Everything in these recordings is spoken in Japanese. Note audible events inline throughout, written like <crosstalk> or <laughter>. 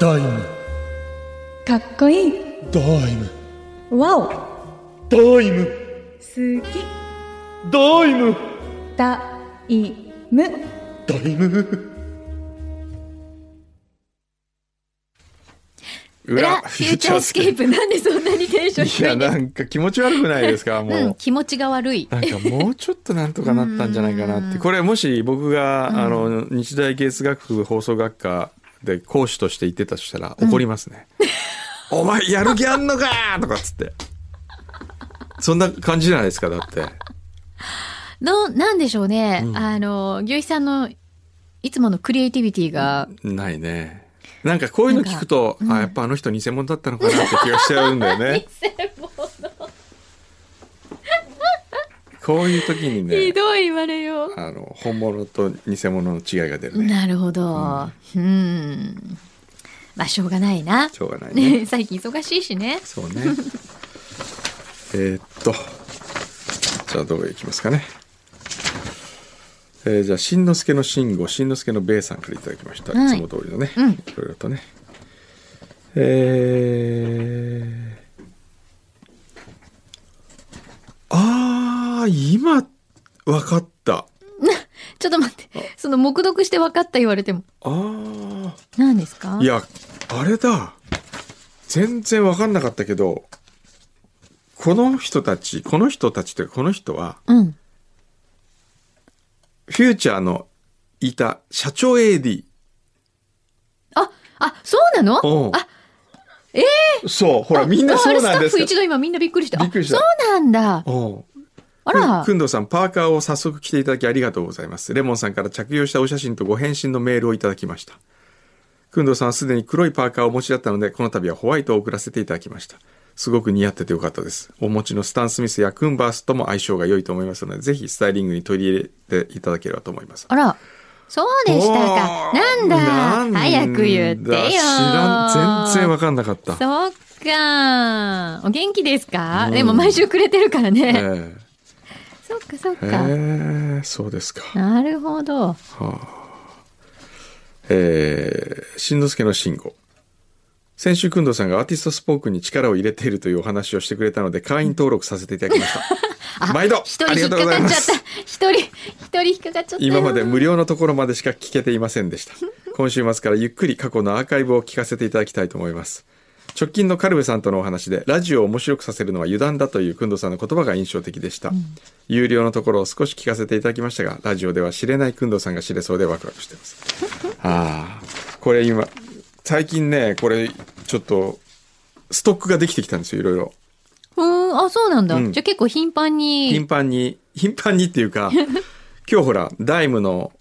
ダイムかっこいいダイムわおダイム好きダイムだいむダイム裏フューチャースケープ。なんでそんなにテンションい低いや、んでなんか気持ち悪くないです <laughs> か、もう。うん、 <laughs> 気持ちが悪い。なんかもうちょっとなんとかなったんじゃないかなって。これもし僕が、あの、日大芸術学部放送学科で講師として行ってたとしたら怒りますね。 <laughs> お前やる気あんのかとかっつって。そんな感じじゃないですか、だって。の、なんでしょうね。あの、牛肥さんのいつものクリエイティビティが、ないね。なんかこういうの聞くと、あ、やっぱあの人偽物だったのかなって気がしちゃうんだよ <laughs> ね。こういう時にね。ひどい言われよう。あの本物と偽物の違いが出るね。なるほど。うん。まあ、しょうがないな。しょうがないね。最近忙しいしね。そうね。 <laughs> えーっと、じゃあどこ行きますかね。えーじゃあ、しんのすけの慎吾、しんのすけのべいさんからいただきました。はい、いつも通りのね、うんいろいろとね。えーあー、今、わかった。ちょっと待って。その、黙読して分かった言われても。あー。何ですかいや、あれだ。全然わかんなかったけど、この人たち、この人たちというかこの人は、うん。フューチャーのいた社長 AD。あ、あ、そうなのうんあ、そう、ほら、みんなあそうなんあれでスタッフす一よ。度今みんなびっくりした。びっくりしたあそうなんだ。うんあらく。んどうさん、パーカーを早速着ていただきありがとうございます。レモンさんから着用したお写真とご返信のメールをいただきました。くんどうさんはすでに黒いパーカーをお持ちだったので、この度はホワイトを送らせていただきました。すごく似合っててよかったです。お持ちのスタン・スミスやクンバースとも相性が良いと思いますので、ぜひスタイリングに取り入れていただければと思います。あら。そうでしたか。おーなんだ。なんだ早く言ってよ。知らん、全然わかんなかった。そうか。お元気ですか、うんでも毎週くれてるからね。えそっかそっええか。えそうですか。なるほど。えー、しんのすけの慎吾。先週、くんどうさんがアーティストスポークに力を入れているというお話をしてくれたので、会員登録させていただきま <laughs> した。毎度一あ人りが引っとうかございかっまちゃったす。。一人、一人引っかかっちゃったよ。今まで無料のところまでしか聞けていませんで <laughs> した。今週末からゆっくり過去のアーカイブを聞かせていただきたいと思います。直近のカルベさんとのお話で、ラジオを面白くさせるのは油断だというくんどうさんの言葉が印象的でした。有料のところを少し聞かせていただきましたが、ラジオでは知れないくんどうさんが知れそうでワクワクしています。 <laughs> ああ、これ今、最近ね、これちょっと、ストックができてきたんですよ、いろいろ。うーん、あ、そうなんだ。うんじゃあ結構頻繁に。頻繁に、頻繁にっていう <laughs> か、今日ほら、ダイムの、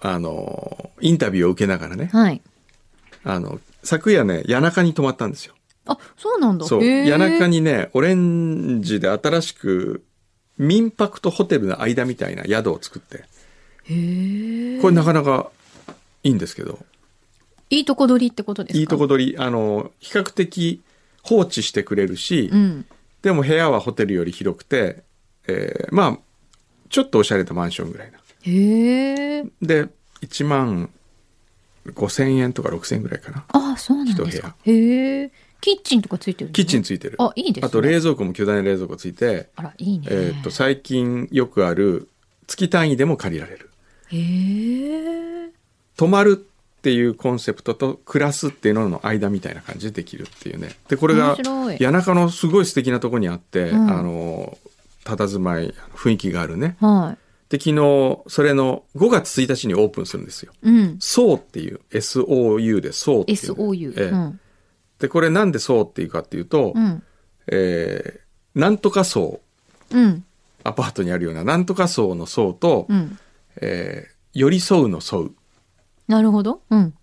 あの、インタビューを受けながらね、はい。あの、昨夜ね、谷中に泊まったんですよ。あ、そうなんだ。そう。へー谷中にね、オレンジで新しく、民泊とホテルの間みたいな宿を作って、これなかなかいいんですけど、いいとこ取りってことですかいいとこ取り、あの、比較的放置してくれるし、うん。でも部屋はホテルより広くて、えーまあ、ちょっとおしゃれなマンションぐらいな。へえ。で、1万5000円とか6000円ぐらいかな。ああ、そうなんですか。へえ。キッチンとかついてるのキッチンついてる。あいいですねあと冷蔵庫も巨大な冷蔵庫ついて、あら、いいね。えーっと、最近よくある月単位でも借りられる。へえ。泊まるっていうコンセプトと暮らすっていうのの間みたいな感じでできるっていうね。で、これが面白い谷中のすごい素敵なとこにあって、うんあの、佇まい、雰囲気があるね。はで、昨日、それの5月1日にオープンするんですよ。い。うん。そうっていう、SOU でそうっていうね、 SOU。ええうん。で、これなんでそうっていうかっていうと、うん。えーなんとか層、うん。アパートにあるようななんとか層の層と、うん。えー寄り添うの層なるほど。うん。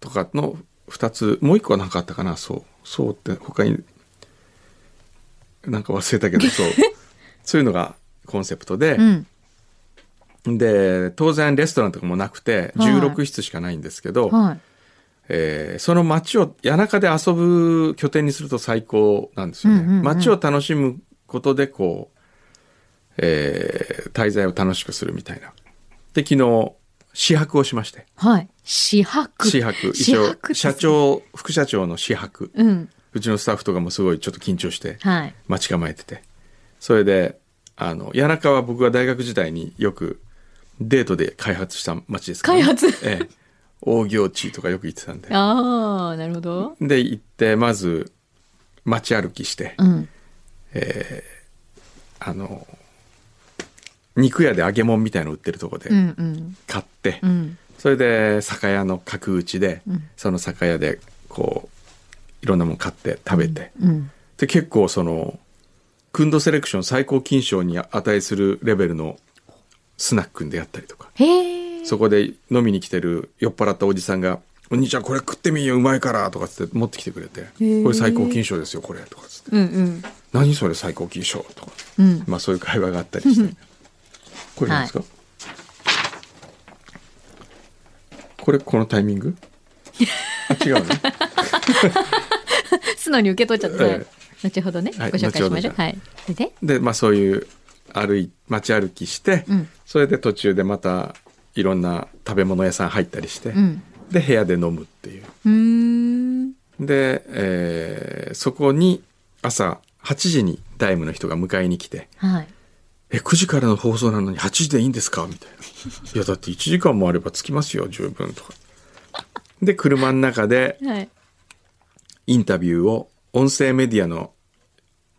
とかの二つ、もう一個は何かあったかな、層。層って他に、なんか忘れたけ <laughs> ど、そう。そういうのがコンセプトでう、ん。で、当然レストランとかもなくて、はい16室しかないんですけど、はい。えーその街を谷中で遊ぶ拠点にすると最高なんですよね。うんうんうん街を楽しむことでこう、えー滞在を楽しくするみたいな。で、昨日、試泊をしまして。はい。四白。四博一応って社。長副社長の四博うん。うちのスタッフとかもすごいちょっと緊張してはい。待ち構えててそれであの谷中は僕が大学時代によくデートで開発した町ですから、開発ええ大行地とかよく行ってたんでああ、なるほど。で行ってまず街歩きして、うん。あの肉屋で揚げ物みたいの売ってるとこでうんうん。買って、うん。それで酒屋の角打ちで、うんその酒屋でこういろんなもの買って食べて、うん。で結構そのクンドセレクション最高金賞に値するレベルのスナックでやったりとかへえ。そこで飲みに来てる酔っ払ったおじさんが「お兄ちゃんこれ食ってみよううまいから」とかつって持ってきてくれて「ーこれ最高金賞ですよこれ」とかつってうんうん。 「何それ最高金賞」とか、うん。まあ、そういう会話があったりしてこれなんですか、これこのタイミン <laughs> グあ違うね素直に受け取っちゃった。え後ほどね、はいご紹介しま後しょう。ほどじゃはい。それででまあそういう歩い街歩きして、うんそれで途中でまたいろんな食べ物屋さん入ったりして、うん。で部屋で飲むっていううーん。で、えーそこに朝8時にダイムの人が迎えに来てはい。 「え9時からの放送なのに8時でいいんですか?」みたいな「いやだって1時間もあれば着きますよ十分」とか。で車の中ではい。インタビューを音声メディアの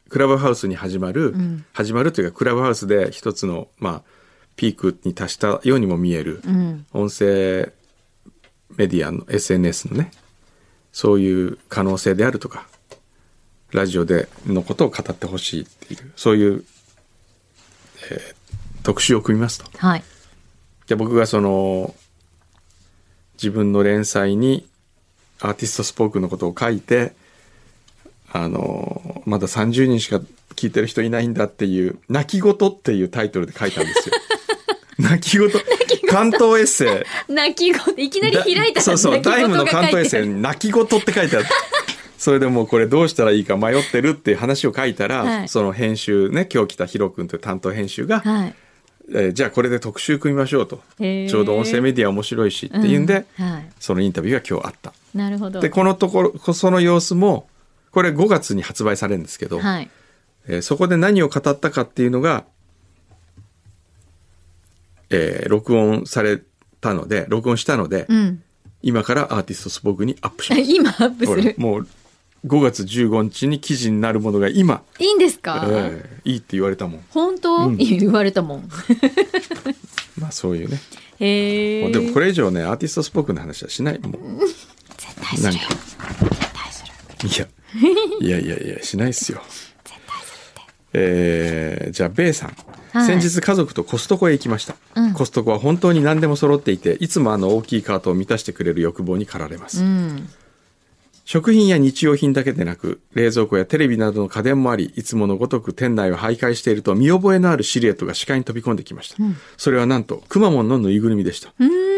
クラブハウスに始まる、ん始まるというかクラブハウスで一つの、まあ、ピークに達したようにも見えるうん。音声メディアの SNS のねそういう可能性であるとかラジオでのことを語ってほしいっていうそういう、えー特集を組みますと。はい。で僕がその自分の連載にアーティストスポークのことを書いてあのまだ30人しか聞いてる人いないんだっていう「泣き言」っていうタイトルで書いたんです <laughs> よ。泣き言関東エッセイ泣き言、いきなり開いたらそうそう泣きダイ言ムのが書い関てあ東るエッセイに「泣き言」って書いてある <laughs> それでもうこれどうしたらいいか迷ってるっていう話を書いたら、はいその編集ね今日来たヒロ君という担当編集が、はい。えーじゃあこれで特集組みましょうと、へーちょうど音声メディア面白いしっていうんで、うんはい。そのインタビューが今日あったなるほど。でこのところその様子もこれ5月に発売されるんですけど、はい。えーそこで何を語ったかっていうのが、えー録音されたので録音したので、うん。 <laughs> 今からアーティストスポークにアップします今アップすこれる。もう5月15日に記事になるものが今、いいんですえかーいいって言われたもん本当うん言われ <laughs> たもん。まあそういうねへもえ。うでもこれ以上ねアーティストスポークの話はしないもう絶対するよ。なん絶対する。いや、いやいやいや、しないっすよ。えーじゃあ、ベイさん、はい先日家族とコストコへ行きました、うんコストコは本当に何でも揃っていて、いつもあの大きいカートを満たしてくれる欲望に駆られます。うん。食品や日用品だけでなく、冷蔵庫やテレビなどの家電もあり、いつものごとく店内を徘徊していると見覚えのあるシルエットが視界に飛び込んできました。それはなんと、くまモンのぬいぐるみでした。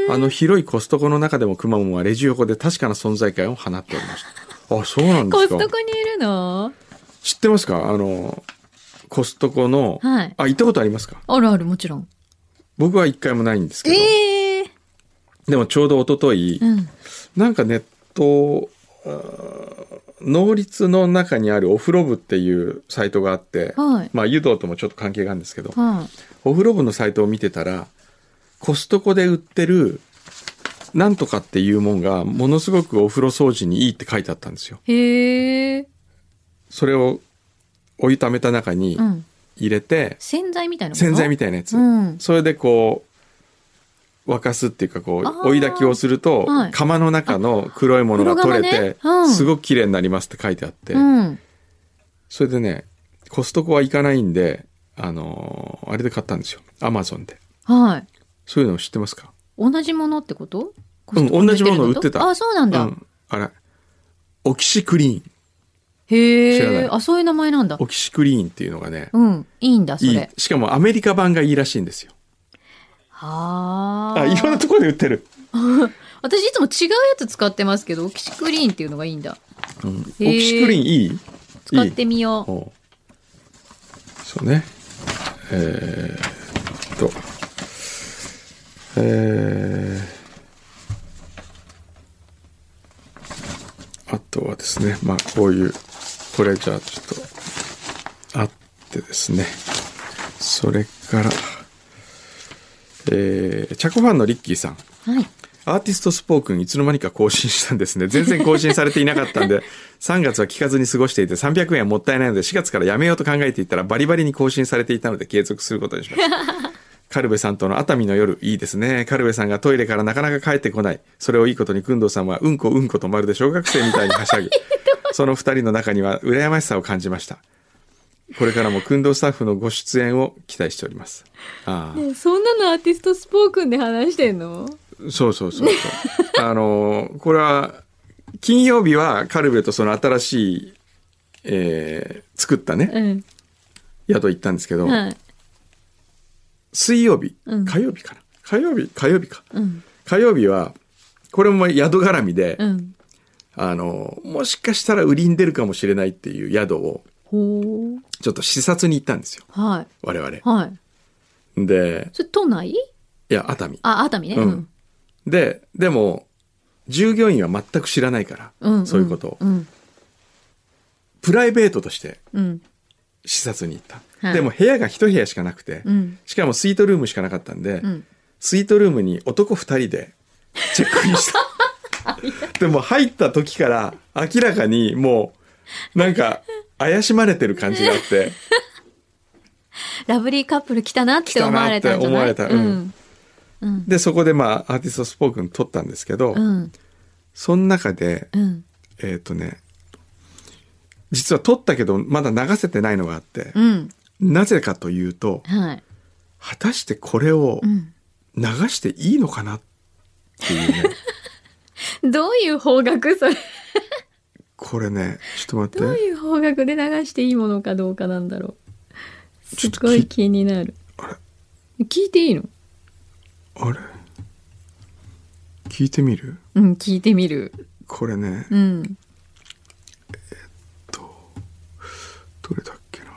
あの広いコストコの中でもくまモンはレジ横で確かな存在感を放っておりま <laughs> した。あ、そうなんでコすスか。トコにいるの知ってますかあの、コストコの、はいあ、行ったことありますかあるある、もちろん。僕は一回もないんですけど、ええ。でもちょうど一昨日、うん。なんかネット、あー能率の中にあるオフロブっていうサイトがあって、はいまあ湯道ともちょっと関係があるんですけど、はい。オフロブのサイトを見てたら、コストコで売ってる、なんとかっていうもんが、ものすごくお風呂掃除にいいって書いてあったんですよ。へえ。それを、お湯ためた中にうん。入れて、洗剤みたいなもの洗剤みたいなやつ、うんそれでこう沸かすっていうかこあーう追い炊きをすると、はい釜の中の黒いものが取れて、黒釜ねうんすごく綺麗になりますって書いてあって、うん。それでねコストコは行かないんであのーあれで買ったんですよアマゾンではい。そういうの知ってますか同じものってことうん同じもの売ってたあ、そうなんだ。うん、あれオキシクリーン知らなへいえ。あ、そういう名前なんだ。オキシクリーンっていうのがね、うん。いいんだ、そいれ。いしかもアメリカ版がいいらしいんですよはあ。あいろんなところで売ってる私いつも違うやつ使ってますけど、オキシクリーンっていうのがいいんだ。オキシクリーンいい使いっいてみよう。おうそうねえー、っとえー、あとはですね、まあ、こういう、これじゃあちょっと、あってですね。それから、えー、チャコファンのリッキーさん。はい。アーティストスポークンいつの間にか更新したんですね。全然更新されていなかったんで、3月は聞かずに過ごしていて300円はもったいないので4月からやめようと考えていたらバリバリに更新されていたので継続することにしました。カルベさんとの熱海の夜、いいですね。カルベさんがトイレからなかなか帰ってこない。それをいいことに、くんどうさんは、うんこうんことまるで小学生みたいにはしゃぎ。その二人の中には、羨ましさを感じました。これからも、くんどうスタッフのご出演を期待しております。ああ。ねえそんなのアーティストスポークンで話してんのそうそうそうそう。あの、これは、金曜日はカルベとその新しい、えー作ったね、うん。宿行ったんですけど、はい。水曜日、うん火曜日かな。火曜日、火曜日か。うん。火曜日は、これも宿絡みで、うん。あの、もしかしたら売りに出るかもしれないっていう宿を、ほう。ちょっと視察に行ったんですよ。はい。我々。はい。で、それ都内いや、熱海。あ、熱海ね。ううんん。で、でも、従業員は全く知らないから、うん。そういうことを、うん。プライベートとしてうん。視察に行った。はいでも部屋が一部屋しかなくて、うん。しかもスイートルームしかなかったんで、うん。スイートルームに男二人でチェックインした。 <laughs> でも入った時から明らかにもう、なんか怪しまれてる感じがあって、ラブリーカップル来たなって思われたんじゃない来たなって思われたうんうん。うん。で、そこでまあアーティストスポークン撮ったんですけど、うん。その中で、うん。えっ、とね、実は撮ったけどまだ流せてないのがあって、うん。なぜかというと、はい。果たしてこれをうん。流していいのかなっていうね。どういう方角それ。これね、ちょっと <laughs> どう待って。いう方角で流していいものかどうかなんだろう。ちすょっっとごい気になる。聞いていいのあれ聞いてみるうん、聞いてみる。これね、うん。どれだっけな。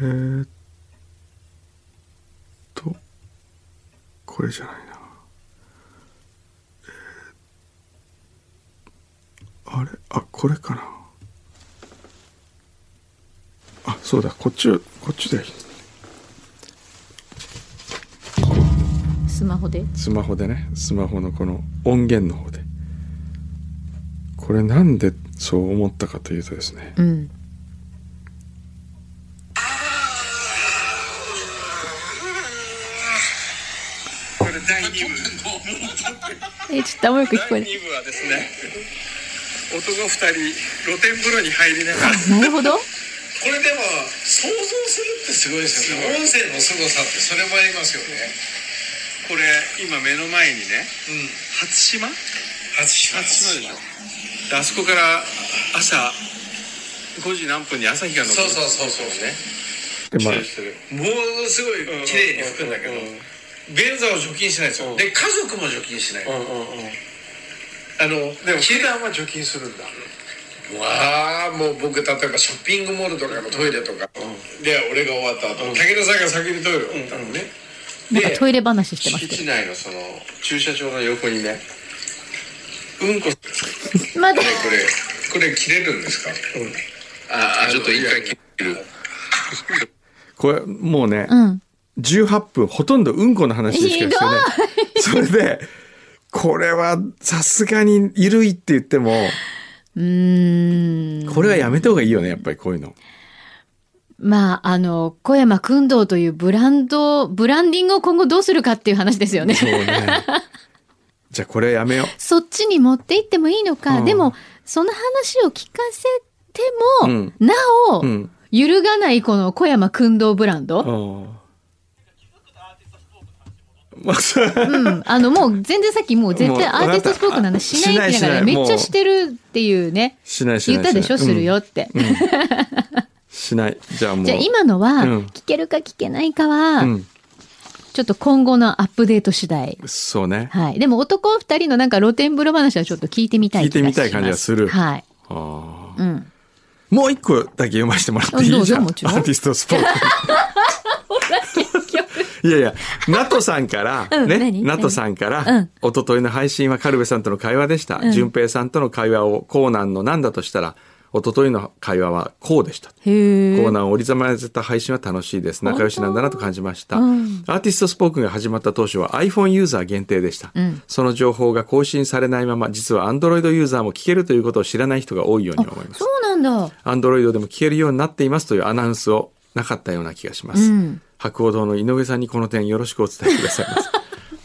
うーん。えーっと、これじゃないな。えーあれあ、これかな。あ、そうだ、こっちを、こっちでいい。スマホで。スマホでねスマホのこの音源の方でこれなんでそう思ったかというとですねうん。これ第2部え、ちょっとあんまよく聞こえ第ない。 2部はですね男2人露天風呂に入りながらなるほど。これでも想像するってすごいですよね音声の凄さってそれもありますよねこれ今目の前にね、初島初島でしょであそこから朝5時何分に朝日が昇るそうそうそうそうねで <laughs> まあものすごい綺麗に拭くんだけど、便座を除菌しないんですよ、で家族も除菌しない、あのでも普段は除菌するんだわあもう僕例えばショッピングモールとかのトイレとか、で俺が終わった後、武田さんが先にトイレを行ったのね、なんかトイレ話してます敷け地内のその駐車場の横にねうんここど。まだ。れこれ切れるんですか、ああちょっと一回切るこれもうね、うん。 18分ほとんどうんこの話でしかしてないそれでこれはさすがに緩いって言ってもうーん。これはやめた方がいいよねやっぱりこういうのまあ、あの、小山君堂というブランド、ブランディングを今後どうするかっていう話ですよね。そうねじゃあこれやめよ <laughs> そっちに持っていってもいいのか、うんでも、その話を聞かせても、うんなお、ううん揺るがないこの小山君堂ブランド。ああまあそううん。あの、もう全然さっ <laughs> きもう絶もう対アーティストスポークなんだしないって言いながらねしないしないめっちもゃうしてるっていうね。しないしない言ったでしょなすいるよって。うんうんしないじゃあもうじゃあ今のは、うん聞けるか聞けないかは、うん、ちょっと今後のアップデート次第。そうねはい。でも男二人のなんか露天風呂話はちょっと聞いてみたい気がします。聞いてみたい感じはするはい。あーうん。もう一個だけ読ませてもらっていあどいうぞじゃんアもちろんーティストスポークン結局。いやいや、ナトさんから、 <laughs> うんね、何ナトさんかうらん、おとといの配信はカルベさんとの会話でした。淳、平さんとの会話をコーナンのなんだとしたら、おとといの会話はこうでした。コへーえ。ナーを折りざまぜた配信は楽しいです。仲良しなんだなと感じました。うんアーティストスポークが始まった当初は iPhone ユーザー限定でした。うんその情報が更新されないまま、実は Android ユーザーも聞けるということを知らない人が多いように思いますそ。うなんだ。 Android でも聞けるようになっていますというアナウンスをなかったような気がします。うん博報堂の井上さんにこの点よろしくお伝えくださいま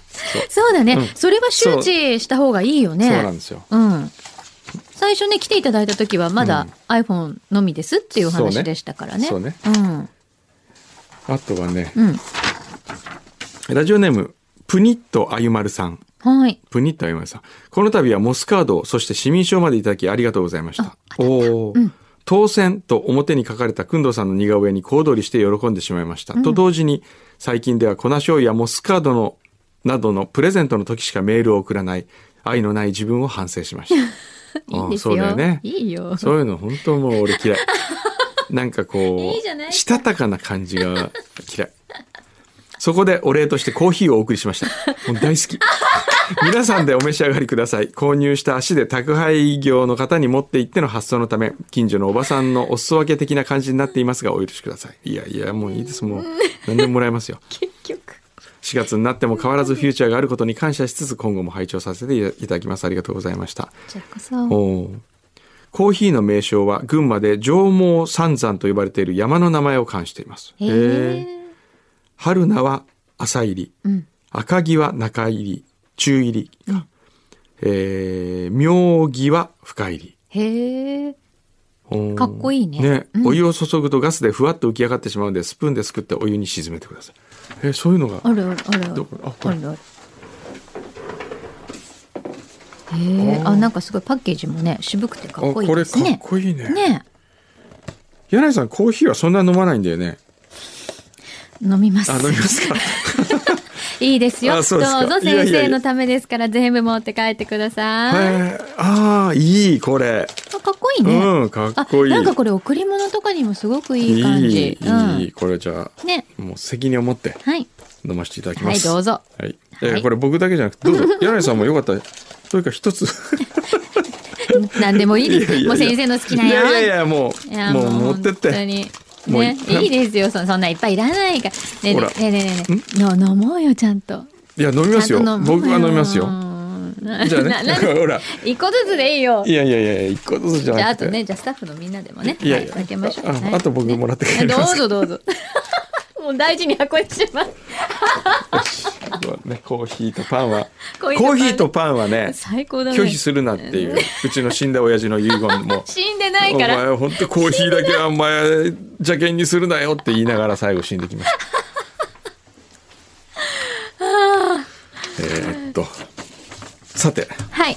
せそうだね、うんそれは周知した方がいいよね。そうなんですよ。うん。最初ね、来ていただいた時はまだ iPhone のみですっていうそうね話でしたからね。そうねうん。あとはね、うん。ラジオネーム、プニットあゆまるさん。はい。プニットあゆまるさん。この度はモスカード、そして市民賞までいただきありがとうございました。おお、当選と表に書かれた工藤さんの似顔絵に小躍りして喜んでしまいました。と同時に、最近では粉醤油やモスカードの、などのプレゼントの時しかメールを送らない、愛のない自分を反省しました。 <laughs> いいあであすそうよ。だよね。いいよ。そういうの本当もう俺 <laughs> 嫌い。なんかこういいじゃないしたたかな感じが嫌い。そこでお礼としてコーヒーをお送りしました。もう大 <laughs> 好き。皆さんでお召し上がりください。購入した足で宅配業の方に持って行っての発送のため、近所のおばさんのお裾分け的な感じになっていますが、お許しください。いやいや、もういいです。もう何でももらえますよ。結局。 4月になっても変わらずフューチャーがあることに感謝しつつ、今後も拝聴させていただきます。ありがとうございました。こちらこそ。おーコーヒーの名称は群馬で上毛三山と呼ばれている山の名前を冠しています。へえ。春菜は朝入り、うん。赤木は中入り、中入りか、えー妙義は深入り。へえ。おーかっこいいねね、うんお湯を注ぐとガスでふわっと浮き上がってしまうので、スプーンですくってお湯に沈めてください。えーそういうのが、あるあるあるあどるこ。あこあれるある。へえ。あ、なんかすごいパッケージもね、渋くてかっこいいあこでれすかっね。こいいね。ね柳井さん、コーヒーはそんな飲まないんだよね。飲みます。あ、飲みますか。 <laughs> いいですよ。どあうそうですかぞいや先いやい生やのためですから全部持って帰ってください。えーああ、いい、これ。あかっこいいね。うんかっこいいあなんかこれ贈り物とかにもすごくいい感じ。いい、うんいいこれじゃあ、ね。もう責任を持ってはい。飲ませていただきはまい、す。どうぞ。ぞ。はい。えーはいこれ僕だけじゃなくて、どうぞ。 <laughs> 柳井さんもよかったら、というか一つ。何で <laughs> もいいいでやいやいす。やもう先生の好きないよ。やいやいや、もいやう、もう持ってっ本当て。に。もうねいっ、ぱいいいですよそそんないっぱいいらないからねえほねらえねえねえねえの飲もうよちゃんといや、飲みちゃまんすとよ。飲もう僕は飲みますよ。なじゃあなね、<laughs> なほら。 <laughs> 一個ずつでいいよいやいやいや、一個ずつじゃじゃあなあくて。とねじゃあスタッフのみんなでもねいやいやはい、分けましょうあはいあと僕もらって帰りどまうすぞどうぞもう大事に箱にします <laughs> ね、コーヒーとパンは。ココーヒーとパンーヒーとパンはね、最高だね拒否するなっていう、うちの死んだ親父の遺言も。死んでないかおら前本当コーヒーだけはお前邪険にするなよって言いながら最後死んできましたえーっとさてはい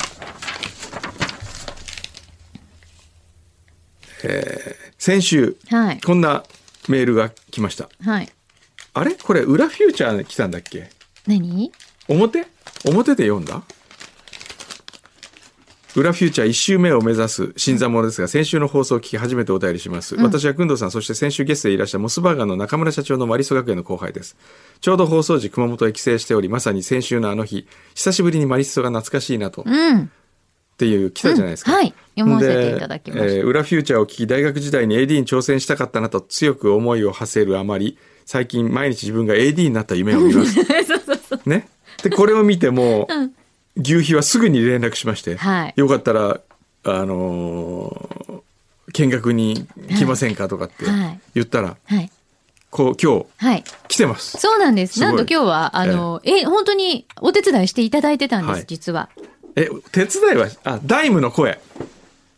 先週、はいこんなメールが来ましたはいあれこれ裏フューチャー来たんだっけ何表表で読んだ裏フューチャー1周目を目指す新参者ですが、先週の放送を聞き初めてお便りします。私は工藤さん、そして先週ゲストでいらしたモスバーガーの中村社長のマリソ学園の後輩です。ちょうど放送時熊本へ帰省しており、まさに先週のあの日、久しぶりにマリソが懐かしいなと、っうんていう来たじゃないですか。うんはい読ませていただきましたでえー裏フューチャーを聞き、大学時代に AD に挑戦したかったなと強く思いを馳せるあまり、最近毎日自分が AD になった夢を見 <laughs> ます。ね。で、これを見ても、牛皮はすぐに連絡しまして、はいよかったら、あのー見学に来ませんかとかってはい言ったら、はいこう、今日、はい来てます。そうなんですすごいなんと今日はあのえ本当にお手伝いしていただいてたんです、はい実はえ、手伝いは、あ、ダイムの声。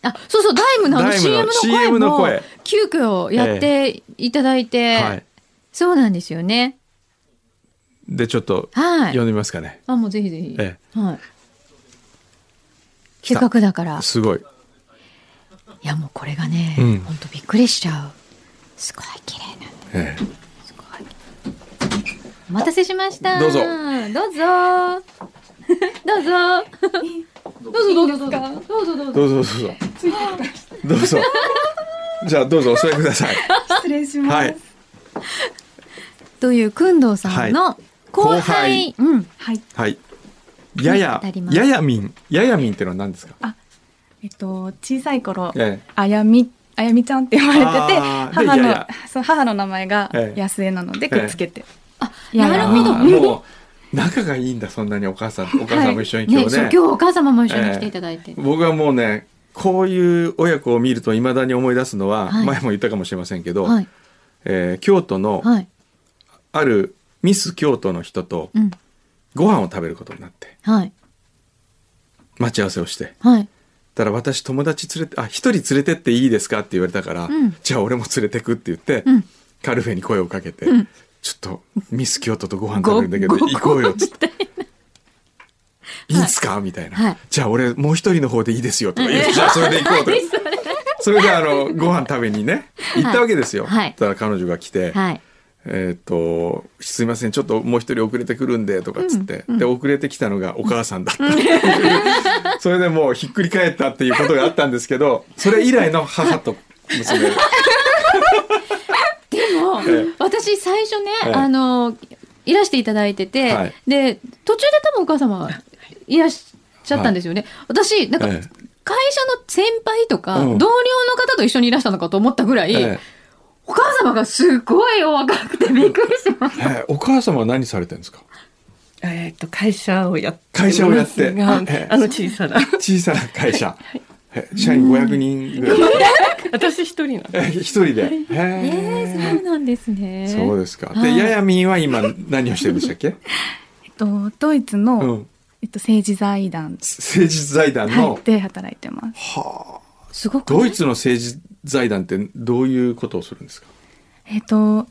あそうそうダイムのあのダイムの CM の CM 声のも声急遽やっていただいて、はい。そうなんですよねで、ちょっと、はい読んでみますかね。あもうぜひぜひ、えはい来せったかくだからすごい。いやもうこれがね、うんほんとびっくりしちゃうすごい綺麗なええすごいお待たせしましたどうぞどうぞ <laughs> どうぞどうぞどうぞどうぞどうぞどうぞどうぞどうぞ。どうぞ。じゃあ、どうぞお座りください。失礼します。はい。という工藤さんの後後輩,、輩うん、はい。はい。ややになり、ますややみん、ややみんってのは何ですか。えっと、小さい頃、えあやみ、あやみちゃんって言われてて、あーで母いのやいそう、母の名前がええ安江なので、くっつけて。あなるほどあーもう、仲がいいんだ、そんなにお母さんと、お母さんも一緒に今ね、日そうね今。日お母様も一緒に来ていただいて、僕はもうね、こういう親子を見ると、未だに思い出すのは、はい前も言ったかもしれませんけど。はいえー京都の、はいあるミス京都の人と、うんご飯を食べることになって、はい待ち合わせをして。はいたら私友達連れて、あ、一人連れてっていいですかって言われたから、うんじゃあ俺も連れてくって言って、うんカルフェに声をかけて、んちょっとミス京都とご飯食べるんだけどごご行こうよっつって。いいんすか、みたいな、はいじゃあ俺もう一人の方でいいですよとか言って、じゃあそれで行こうとか。それであの、ご飯食べにね、行ったわけですよ。はいはいたら彼女が来て、はいえーっと、すいません、ちょっともう一人遅れてくるんで、とかっつって、で、遅れてきたのがお母さんだった。 <laughs> それでもうひっくり返ったっていうことがあったんですけど、それ以来の母と娘。でも、ええ私最初ね、ええあのいらしていただいてて、はいで途中で多分お母様いらっしゃったんですよね、私なんか、ええ会社の先輩とか、うん同僚の方と一緒にいらしたのかと思ったぐらい、えお母様がすごいお若くてびっくりしましえええお母様は何されてるんですかえっと会社をやって会社をやってますがええあの小さな小さな会社。え社員500人ぐらい。 <laughs> 私一人なのえ一人で。へた。えええそうなんですね。そうですか。はで、いややみんは今何をしてるんでしたっけえっと、ドイツの、うん。えっと、政治財団、政治財団の、はい、で働いてます。すごく、ドイツの政治財団ってどういうことをするんですかえっと、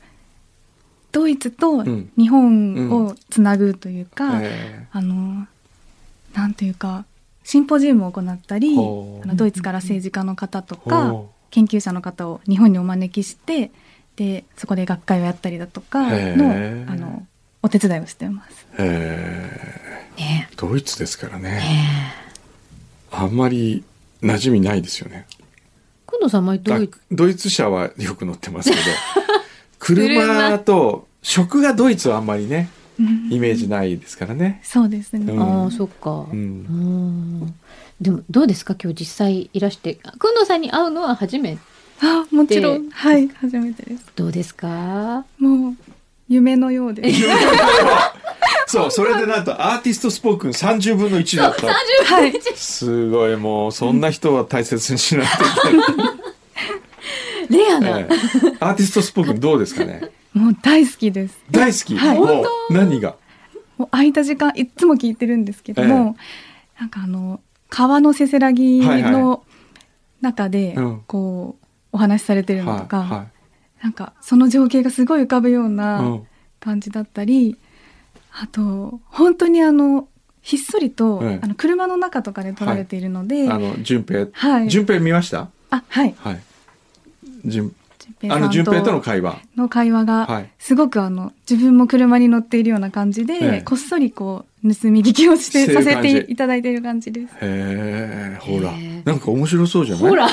ドイツとん日本をつなぐというか、えあのなんというかシンポジウムを行ったりほうあのドイツから政治家の方とほかう研究者の方を日本にお招きしてでそこで学会をやったりだとかへえのあのお手伝いをしてます。ーえねードイツですからね。あんまり馴染みないですよね。くんのさん前どだういうドイツ車はよく乗ってますけど、車と食がドイツはあんまりね、イメージないですからね。そうですね、うんああ、そっか。う。うんんでもどうですか今日実際いらしてくんのさんに会うのは初めてあもちろんはい初めてですどうですかもう夢のようです <laughs> そう、それでなんとアーティストスポークン30分の1だった。はいすごい、もうそんな人は大切にしないといけレなアな、い。ええアーティストスポークンどうですかねもう大好きです大好き。はいもう何がもう空いた時間いっつも聞いてるんですけども、なんかあの川のせせらぎはいはの中でうんこうお話しされてるのとか、はなんかその情景がすごい浮かぶよういはい。なうん感じだったり、あと本当にあのひっそりと、ええあの車の中とかで撮られているので、あはい、の、順平。はい順平見ましたあはいはい。順純あの順平さ平んととのの会話。会話が、はいすごくあの自分も車に乗っているような感じで、ええこっそりこう盗み聞きをししててるさ感じせていただいている感じです。へえ、ほらへえ。なんか面白そうじゃないほら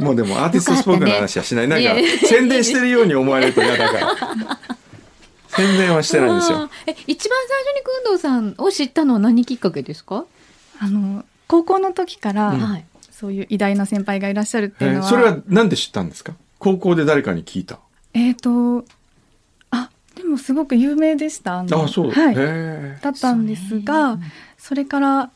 もうでもアーティストスポークの話はしない。なんよかかったねいえいえ宣伝してるように思われると嫌 <laughs> だから。宣伝はしてないんですあよー。え一番最初にくんどうさんを知ったのは何きっかけですか、あの高校の時から、はいそういう偉大な先輩がいらっしゃるっていうへのえは、それはなんで知ったんですか高校で誰かに聞いた。えっ、とあでもすごく有名でしたあのあ、そう。はい、へえ。だったんですがそ,、れから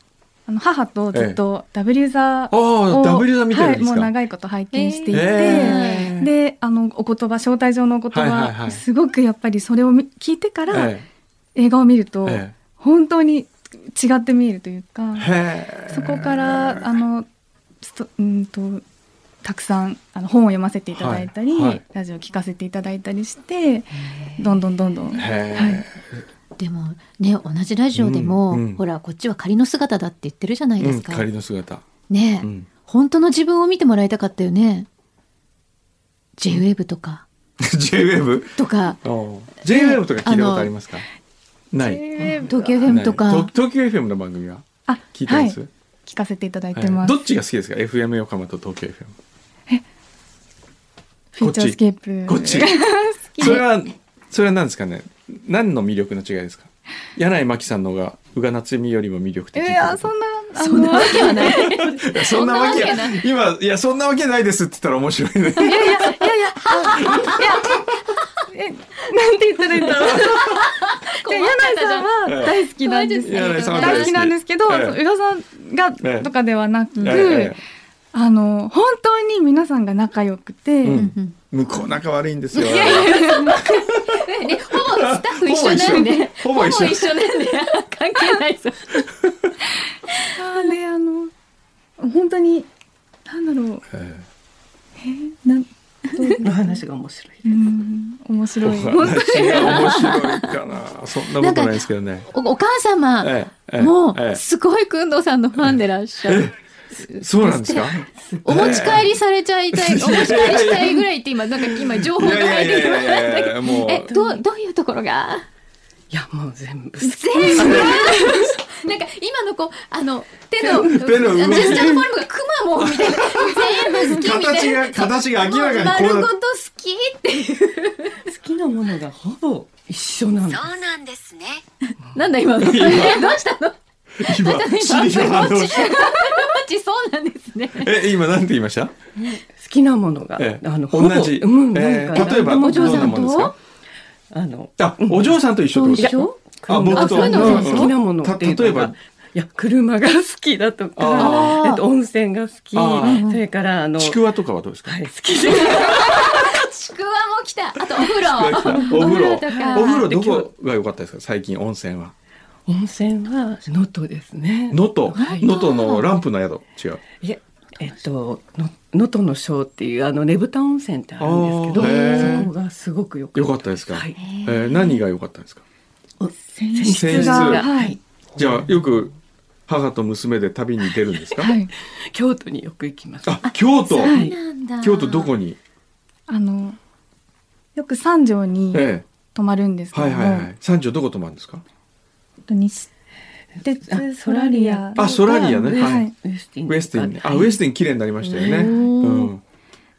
あの母とずっと W 座ああ、を、 W 座見てるんですはい、もうか長いこと拝見していて、ええであのお言葉招待状のお言葉、はいはいはいすごくやっぱりそれを見聞いてから、え映画を見ると、ええ本当に違って見えるというか。えへえ。そこからあのストうんとたくさんあの本を読ませていただいたり、はいはいラジオを聞かせていただいたりしてどんどんどんどん、へはいでもね同じラジオでも、うんうんほらこっちは仮の姿だって言ってるじゃないえ。でうん、すか、仮の姿。 <laughs> ねえ、うん本当の自分を見てもらいたかったよね JWEB とか J-Wave? とかおう J-Wave とか聞いたことありますかない。東京 FM とないかと東京 FM の番組はあ聞いてます、はい、聞かせていただいえてまーす、どっちが好きですか FM 横浜と東京 FM フューチャースケープ。こっちそれはそれは何ですかね何の魅力の違いですか柳井真紀さんの方が宇賀夏美よりも魅力い的ってことや、そんな、そんなわけはない。いいやそんなわけない今いやそんなわけないですって言ったら面白いねやいや、いやいや、いや、え、 <laughs> なんて言ったらいいんだろう。で困っちゃっ柳井たじゃさんんは大好きなんですええ柳井さんは大好きなんですけど、ええそう宇賀さんええがとかではなく、ええあの本当に皆さんが仲良くて、うんうん向こう仲悪いんですよね、ほぼスタッフ一緒なんで。ほぼ一緒ほぼ一緒なんで、関係ないです。あーであの本当になんだろうえなんの話が面白い。うん面えお白い。本当話が面白いかなそんなことないですけどねおお母様、ええええもええう、すごいくんどうさんのファンでらっしゃる。そうなんですかお持ち帰りされちゃいたい、お持ち帰りしたいぐらいって今、なんか今情報いがやいや入いってきまやいしたやいけやもど。うえ、どう、どういうところがいや、もう全部。全部なんか今のこう、あの、手の、手の動きジェスチャーのフォルムがくまモンみたいな。全部好きみた形いなが。形が明らかに丸こうごなとっ好きっていう。好きなものがほぼ一緒なの。そうなんですね。なんだ今の。えどうしたの今シリが反応したマジそうなんですね。え今なんて言いました好きなものが、ええあの、ほぼ同じうん、えなえんか、例えばなどおんか嬢んさなんもんですかとあの、あ、お嬢さんと一緒ってことです一緒あ僕とあそういうのうんそう好きなものっていう例えのがばいや車が好きだとあかーえっと温泉が好きあーそれからあのちくわとかはどうですかはい好きでちくわも来た。あとお風呂。お風呂お風呂とかお風呂どこが良かったですか最近温泉は <laughs> 温泉は能登ですね能登はい能登のランプの宿違ういやえっとの能登のショーっていうあのねぶた温泉ってあるんですあけーへーどそこがすごくよか良ったかったですか、はいえー何が良かったんですかに先質日がははいいじゃあよく母と娘で旅に出るんですか、はい京都によく行きますあ京都はそういなんだ。京都どこにあのよく三条にえ泊まるんですえけどはいも、はいはい三条どこ泊まるんですか西鉄ソラリアあソラリアねはいはいウェスティンウェスティンねあウスェスティン綺麗になりましたよね、ねうん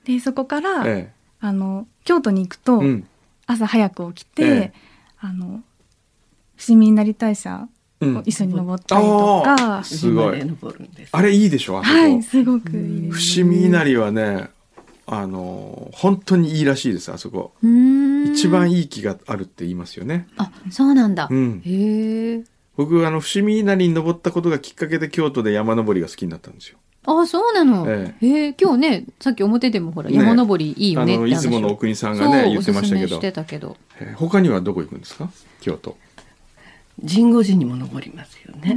でそこから、えあの京都に行くと、えうん朝早く起きて、ええあの伏見稲荷大社うをん一緒に登ったりとか、すごい登るんですあれいいでしょあそこ、はいすごくいいです伏見稲荷はねあの本当にいいらしいですあそこうーん一番いい木があるって言いますよねあ、そうなんだ。うんへえ。僕あの伏見稲荷に登ったことがきっかけで京都で山登りが好きになったんですよあ、そうなの。えええ今日ね、さっき表でもほら、ね山登りいいよねあっのて出話を雲のお国さんがねそう言ってましたけどおすすめしてたけど。えー他にはどこ行くんですか京都神護寺にも登りますよね、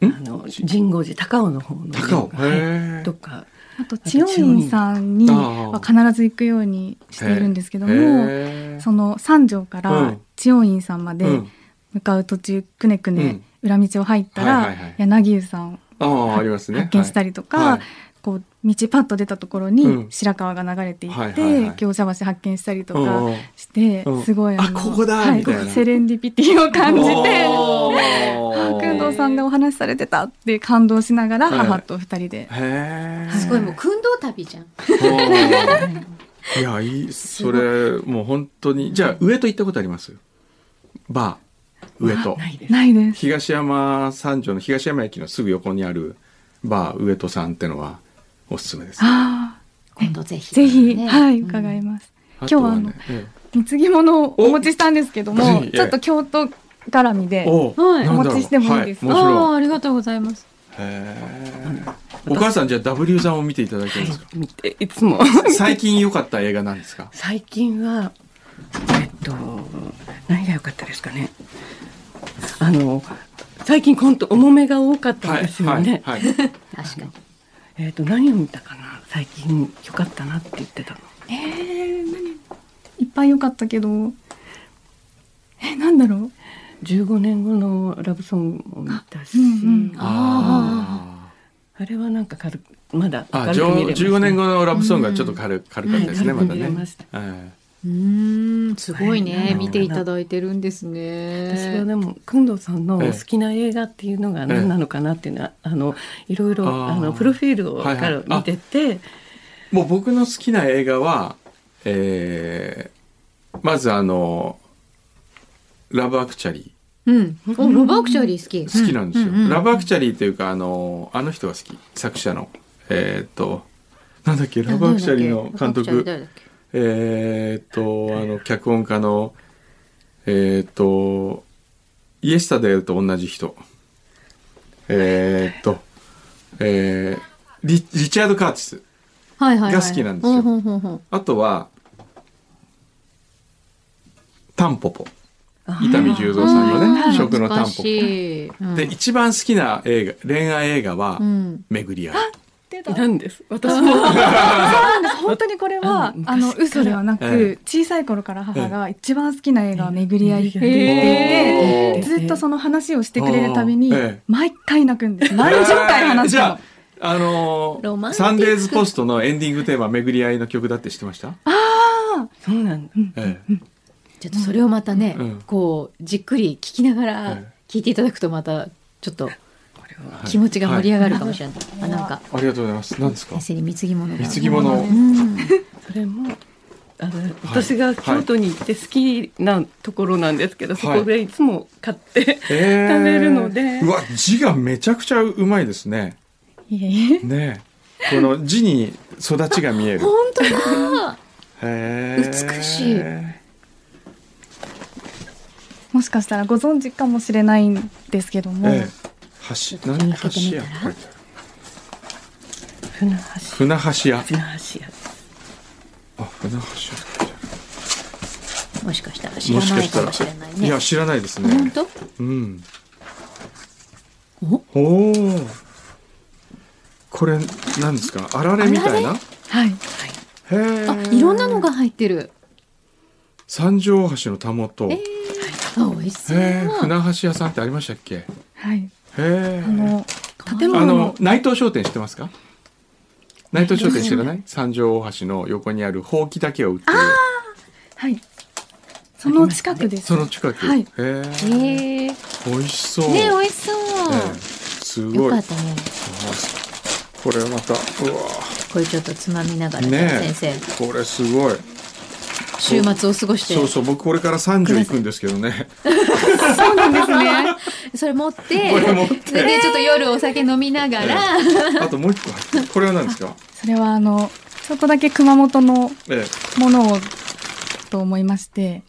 うんあの神護寺高尾の方の高尾はいへえとかあと千代院さんにああは必ず行くようにしているんですけどもへーその三条かうらん千代院さんまでうん向かう途中くねくね裏道を入ったはいはらいはい柳生さんをああありますね発見したりとはかいこう道パッと出たところうんに白川が流れていはいっはいはてい行者橋発見したりとうんかうんしてうんすごいのあここだはいみたいなこうセレンディピティを感じて。おーくんどうさんがお話しされてたって感動しながらはい母と二人で、へえすごいもう、訓導旅じゃん。おーいやいいそれもう本当にじゃあ上と行ったことありますバー上とないですないです東山三条の東山駅のすぐ横にあるバー上戸さんってのはおすすめです。あ今度ぜひ。ーぜひ、ねはいうん伺います、今あ日とはあのねえ貢ぎ物をお持ちしたんですけどおもぜひちょっと京都絡みでえおうはいなんだろうお持ちしてもいいですかはああ、もありがとうございます。ちろんへえお母さんじゃあ W さんを見ていただけますか。見てい <laughs> つも最近良かった映画なんですか。最近はえっと何が良かったですかねあの最近本当重めが多かったんですよね、はい。確かに。えっと何を見たかな最近良かったなって言ってたのえー、何いっぱい良かったけどえなんだろ15年後のラブソングも見たしあ,、うんうんあれはなんか軽くまだあ。あ、軽じくょ見れました15年後のラブソングはちょっと軽軽かったですね、うんまはいたね軽く見れました。えうーん、すごいはいね。見ていただいてるんですね。私はでも工藤さんのええ好きな映画っていうのが何なのかなっていうのは、あのいろいろあーあのプロフィールをはいはいから見てて、えもう僕の好きな映画は、えーまずあのラブアクチャリうん。お、ロバアクチャリー好き。ー好きなんですよ、うううラブアクチャリーというかあのあの人が好き作者のえーっとなんだっけラブアクチャリーの監督ラブアクチャリー誰だっけえーっとあの脚本家のえーっとイエスタデーと同じ人えーっとえーリリチャード・カーティスはいはいはい。が好きなんですよほうほうほうほうあとはタンポポ伊丹十三さんのうんね食のタンポ懐かしいうんポで一番好きな映画恋愛映画はうん「巡り合う出たなんです。私も。そうなんです本当にこれはうんあの嘘ではなえく小さい頃から母が一番好きな映画は「巡り合い」って言っへてーいてずっとその話をしてくれるたびにええ毎回泣くんです何十回話してじゃもああのロマンーティックサンデーズポストのエンディングテーマ「巡り合い」の曲だって知ってましたそうなんだ。えちょっとそれをまたね、うんこうじっくり聞きながらえ聞いていただくとまたちょっとえ気持ちが盛り上はいがるかもしれない。あなんかありがとうございます何ですか先生に貢ぎ物が。貢ぎ物うん。それもあの私が京都に行って好きなところなんですけど、はいそこでいつも買って、えー食べるのでうわ字がめちゃくちゃうまいですねいえいえねえこの字に育ちが見える本当だ。へー美しいもしかしたらご存知かもしれないんですけどもええ、橋何橋屋って書いてある船橋船橋屋船橋やつあ船橋屋って書いてあもしかしたらる知もらしかないしかたもしれらないいねや。知らないです本ね当？うんおおおーこれ何ですかあられみたいなへはいえあいろんなのが入ってる。三条大橋のたもとへあ美味しそう。え船橋屋さんってありましたっけへはいえあの建あ物のの内藤商店知ってますか内藤商店知らない三条大橋の横にあるほうきだけを売ってるはいその近くですその近く、はいへえへえ。ね美味しそう、美え味しそう。えすよごいかったね。これまたうわこれちょっとつまみながらねねえ先これすごい生週末を過ごして。そうそう僕これから30行くんですけどねそうなんですね。 <laughs> それ持って、これ持ってそれでちょっと夜お酒飲みながら、あともう一個入ってるこれは何ですかそれはあのちょっとだけ熊本のえものをと思いまして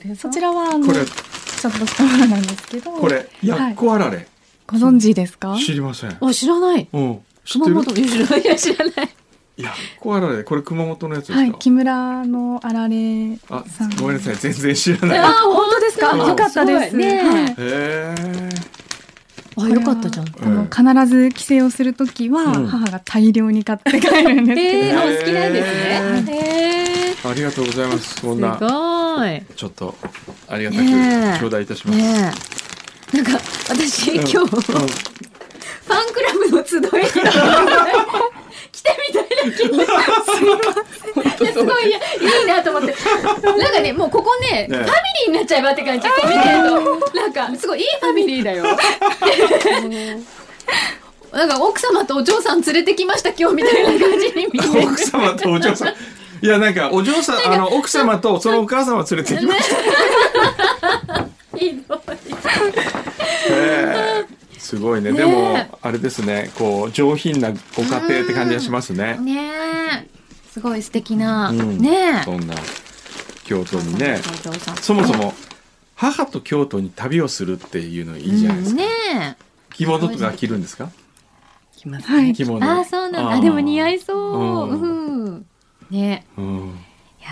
それそそちらはあえのこれちょっとしたものなんですけど。これやっこあられ、ご存知ですか知りませんあ、知らない。うん知っ熊てる本、いや知らない。いや知らない。やっこあられこれ熊本のやつですか、はい、木村のあられあさん。ごめんなさい全然知らない <laughs> あ本当ですあ、うんよかったです。ねはいへえ。あ、よかったじゃん。あの必ず帰省をするときは、うん母が大量に買って帰るんですけど、えー、お好きなんですね。えー、すありがとうございます。こんなごい。ちょっとありがたくねえ頂戴いたします。ねえ。なんか、私、今日、ファンクラブの集いに来たみたいな気がすすごい、いや、いいなと思って。なんかね、もうここね、ねえファミリーになっちゃえばって感じ。こう見てると、なんか、すごいいいファミリーだよ。 <laughs> なんか、奥様とお嬢さん連れてきました、今日みたいな感じに見える。奥様とお嬢さん。いやなんかお嬢さんあの奥様とそのお母様連れてきました。いいのへえすごいね。ねえでもあれですね。こう上品なご家庭って感じがしますね。 <laughs> ねえ。すごい素敵な。うんねえ。そんな京都にね。お嬢さんそもそも母と京都に旅をするっていうのいいじゃないですか。ね着物とか着るんですか？きますはねい着え。物。ああ、そうなんだ。あでも似合いそうう。んうん。ねうん。いや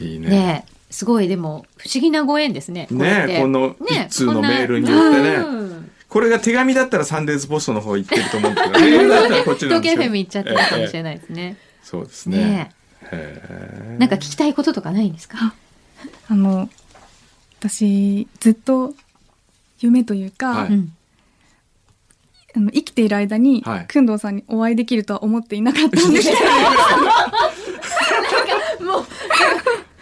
いいーねえすごい、でも、不思議なご縁ですね。うやっねてえこのねえ一通のこんなメールによってねうんこれが手紙だったらサンデーズポストの方行ってると思うんですけど、 <laughs> メールだったらこっちな東んで京すけ FM ど行っちゃったのかえもしれえないですね。そうですね。ねへええなんか聞きたいこととかないんですかあの、私、ずっと夢というか、はういんあの生きている間に、はいくんどうさんにお会いできるとは思っていなかった <laughs> んですけど、もう、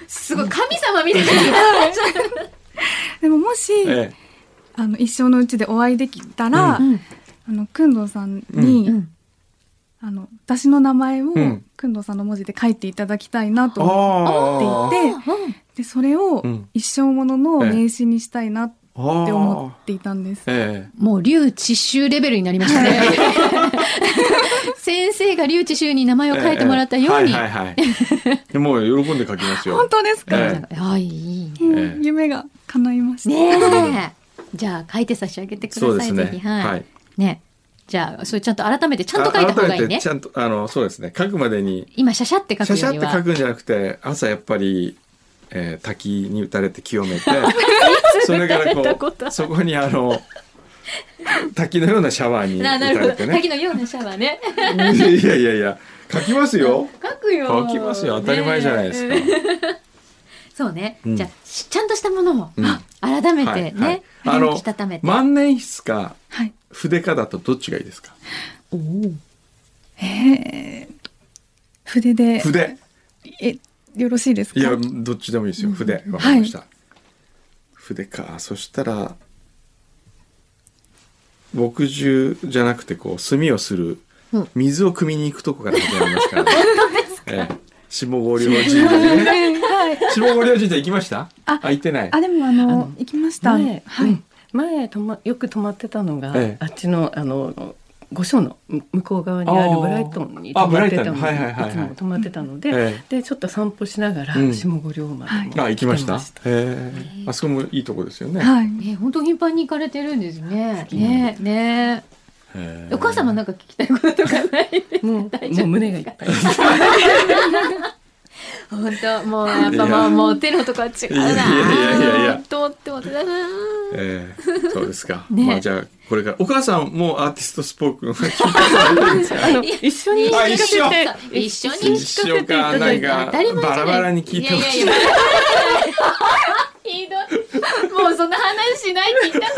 すごい、神様みたいな。でももし、えあの一生のうちでお会いできたら、うんあのくんどうさんに、うんあの私の名前をうんくんどうさんの文字で書いていただきたいなとあ思あっていてでそれをうん一生ものの名刺にしたいなってって思っていたんです。えもう竜知州レベルになりましたね。 <laughs> 先生が竜知州に名前えを書いてもらったように。はいはい <laughs> はい、もう喜んで書きますよ本当ですか、えあいいね。うんええ夢が叶いました。ねえ。 <laughs> じゃあ書いて差し上げてください。そうですねぜひはい。はいね。じゃあそれちゃんと改めてちゃんと書いた方が改いいめてねち。ゃんとあのそうですね書くまでに今シャシャって書シャシャくよりっては。書くんじゃなくて朝やっぱり、えー滝に打たれて清 <laughs> めてそれから打たれたこことあうるそこにあの滝のようなシャワーにな打たなるほれど。てさっねきのようなシャワーね。 <laughs> いやいやいや書きますよ書くよ。書きますよ当たり前じゃないですか、ねえそうね。うんじゃあしちゃんとしたものをうん改めはていはいね。ああの、のしたためて。万年筆かはい。筆かだとどっちがいいです <laughs> かおーえー、筆で筆えよろしいですか。いやどっちでもいいですよ筆わかりました、筆かそしたら墨汁じゃなくてこう墨をするうん水を汲みに行くとこから始まりますから、ねええ下五稜神社にねはい。下五稜神社行きましたあ行ってないあでもあの行きました。前、はういん。前泊まよく泊まってたのが、ええあっちのあの御所のむ向こう側にああるーブライトンに泊まってたのあブで、ライトンはいはいはいはいつも泊まってたので、えでちょっと散歩しながら、うん下五稜までもあ行きました来てええあそこもいいとこですよね、はい。ね、本当頻繁に行かれてるんですね。ね、ね、ええお母様なんか聞きたいこととか <laughs> ない。もうもう胸がいっぱい。本当、もう、やっいぱ、やもう、もう、テロとかは違うな。いやいやいやいやと思って、思って、うええそうですか、ねまあじゃあこれからお母さんもアーティストスポークンは聞いたことないんですかあの一緒にあ一緒聞かせんて一緒に。一緒かなんか当たり前じバゃないラバラに聞いてほしいやややひどい。もう、そんな話しないって言った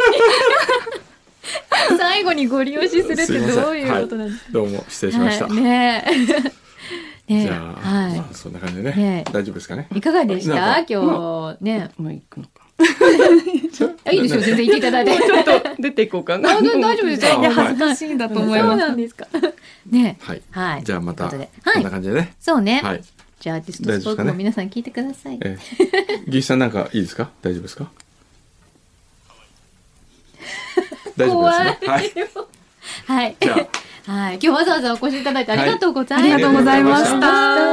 のに。最後にご利用しするって、すいませんどういうことなんですか。どうも失礼しました、はいねえ。ねえじゃあ、まはあ、そんな感じでね、ね大丈夫ですかねい。いかがでしなたん今日。ねもう行くのか。え。いいですよ、全然言っていただいて。ちょっと出ていこうかな。あ全然大丈夫ですよいや恥ずかしいんだと思いそうまなす。んですか。ねえ。はい、はい。じゃあまたということこでんは。ない感じでね、そうね。はいじゃあ、アーティストスポークも皆さん聞いてください。えー、技師さんなんかいいですか大丈夫ですか大丈夫ですね怖はいいよ。はい。じゃはい。今日わざわざお越しいただいてありがとうございあましりた。がとうございま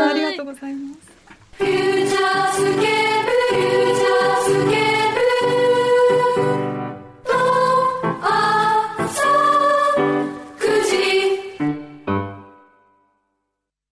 ありがとうございまししたた。ありがとうございます。 「